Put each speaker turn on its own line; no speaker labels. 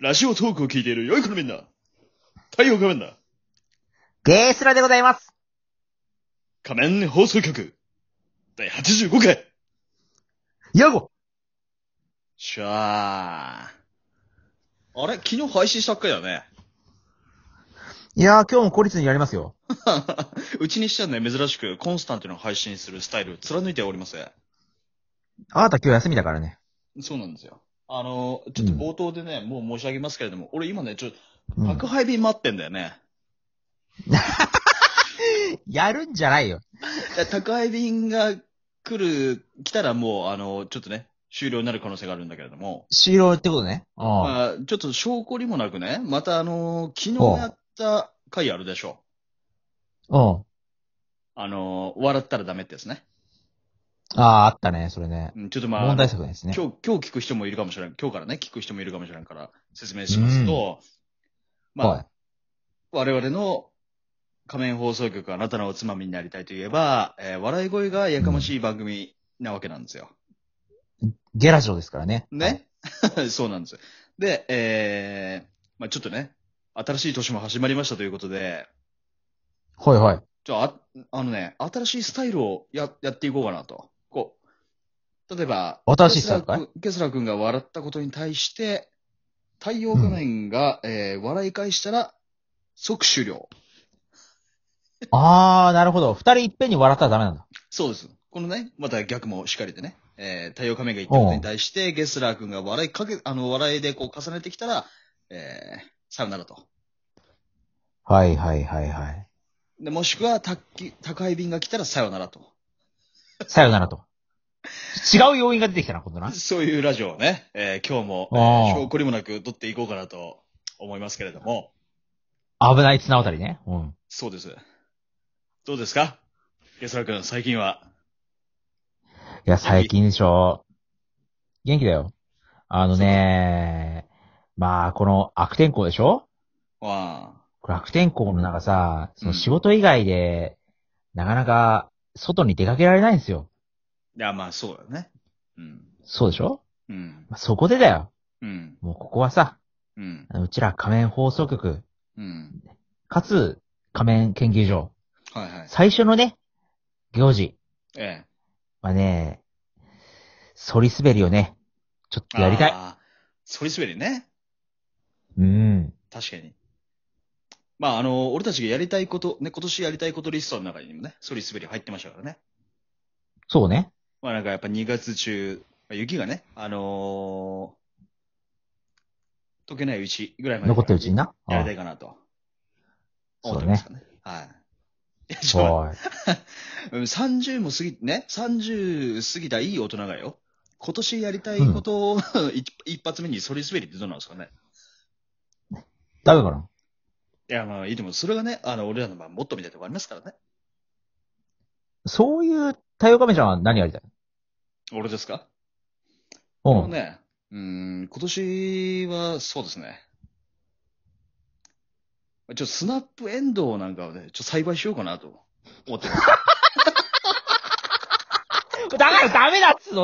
ラジオトークを聞いている良い子のみんな、太陽仮面だ、
ゲースラでございます。
仮面放送局、第85回、
ヤゴ
しゃー。あれ昨日配信したっけだよね。
いやー、今日も孤立にやりますよ。
うちにしちゃね、珍しくコンスタントに配信するスタイルを貫いております。
あなた今日休みだからね。
そうなんですよ。あの、ちょっと冒頭でね、もう申し上げますけれども、俺今ね、ちょっと
うん
宅、配便待ってんだよね。
やるんじゃないよ。
いや宅配便が来る、来たらもう、あの、ちょっとね、終了になる可能性があるんだけれども、
終了ってことね。あ
まあ、ちょっと証拠にもなくね、またあの、昨
おう
日やった回あるでしょ。
あ。うん。
あの、笑ったらダメってですね。
ああー、あったね、それね。
うんちょっとまあ、
問題作ですね。
今日、今日聞く人もいるかもしれない。今日からね、聞く人もいるかもしれないから、説明しますと、まあ、
はい。
我々の仮面放送局あなたのおつまみになりたいといえば、えー笑い声がやかましい番組なわけなんですよ。
ゲラジオですからね。
ね、 そうなんですよ。で、えー、まあちょっとね、新しい年も始まりましたということで、
は い。はいはい。
ちょ、あ、あのね、新しいスタイルをや、やっていこうかなと。こう。例えば、
新しいスタイルかい
ゲスラ君ゲスラ君が笑ったことに対して、太陽仮面が、えー笑い返したら、即終了。
あー、なるほど。二人いっぺんに笑ったらダメなんだ。
そうです。このね、また逆もしかりでね、えー太陽仮面が言ったことに対して、ゲスラー君が笑いかけ、あの、笑いでこう重ねてきたら、えー、さよならと。
はいはいはいはい。
で、もしくは、宅急宅配便が来たらさよならと。
さよな らと。違う要因が出てきたな、今度な。
そういうラジオをね、えー今日も、え
ああ
ー、証拠にもなく撮っていこうかなと思いますけれども、
危ない綱渡りね。うん。
そうです。どうですかゲスラー君、最近は。
いや、最近でしょ。元気だよ。あのねまあ、この悪天候でしょ
わあ、
これ悪天候の中さ、その
うん
仕事以外で、なかなか外に出かけられないんですよ。
いや、まあ、そうだね。うん。
そうでしょ
うん。
まあそこでだよ。
うん。
もうここはさ、
うん。
うちら仮面放送局、
うん。
かつ仮面研究所、
はいはい。
最初のね、行事
ええ。
はね、反り滑りをね、ちょっとやりたい。
ああ。そりすべりね。
うん。
確かに。まあ、あの、俺たちがやりたいこと、ね、今年やりたいことリストの中にもね、そりすべり入ってましたからね。
そうね。
まあなんかやっぱ2月中、まあ、雪がね、あのー、溶けないうちぐらいまで。
残ってるうちに。な。
やり
あ
た
あ
いかなと。
そうだね
思ってますかね。はい。いや、ちょ、
はい。
うん30も過ぎ、ね、30過ぎたいい大人がよ、今年やりたいことを、 一一発目に反り滑りってどうなんですかね。
ダメかない
や、まあいいと思う。それがね、あの、俺らのまあモットーみたいなとこありますからね。
そういう太陽亀ちゃんは何やりたい
俺ですか
う。
もうんね、うん、今年はそうですね。ちょっとスナップエンドウなんかをね、ちょっと栽培しようかなと思ってます。
だからダメだっつうの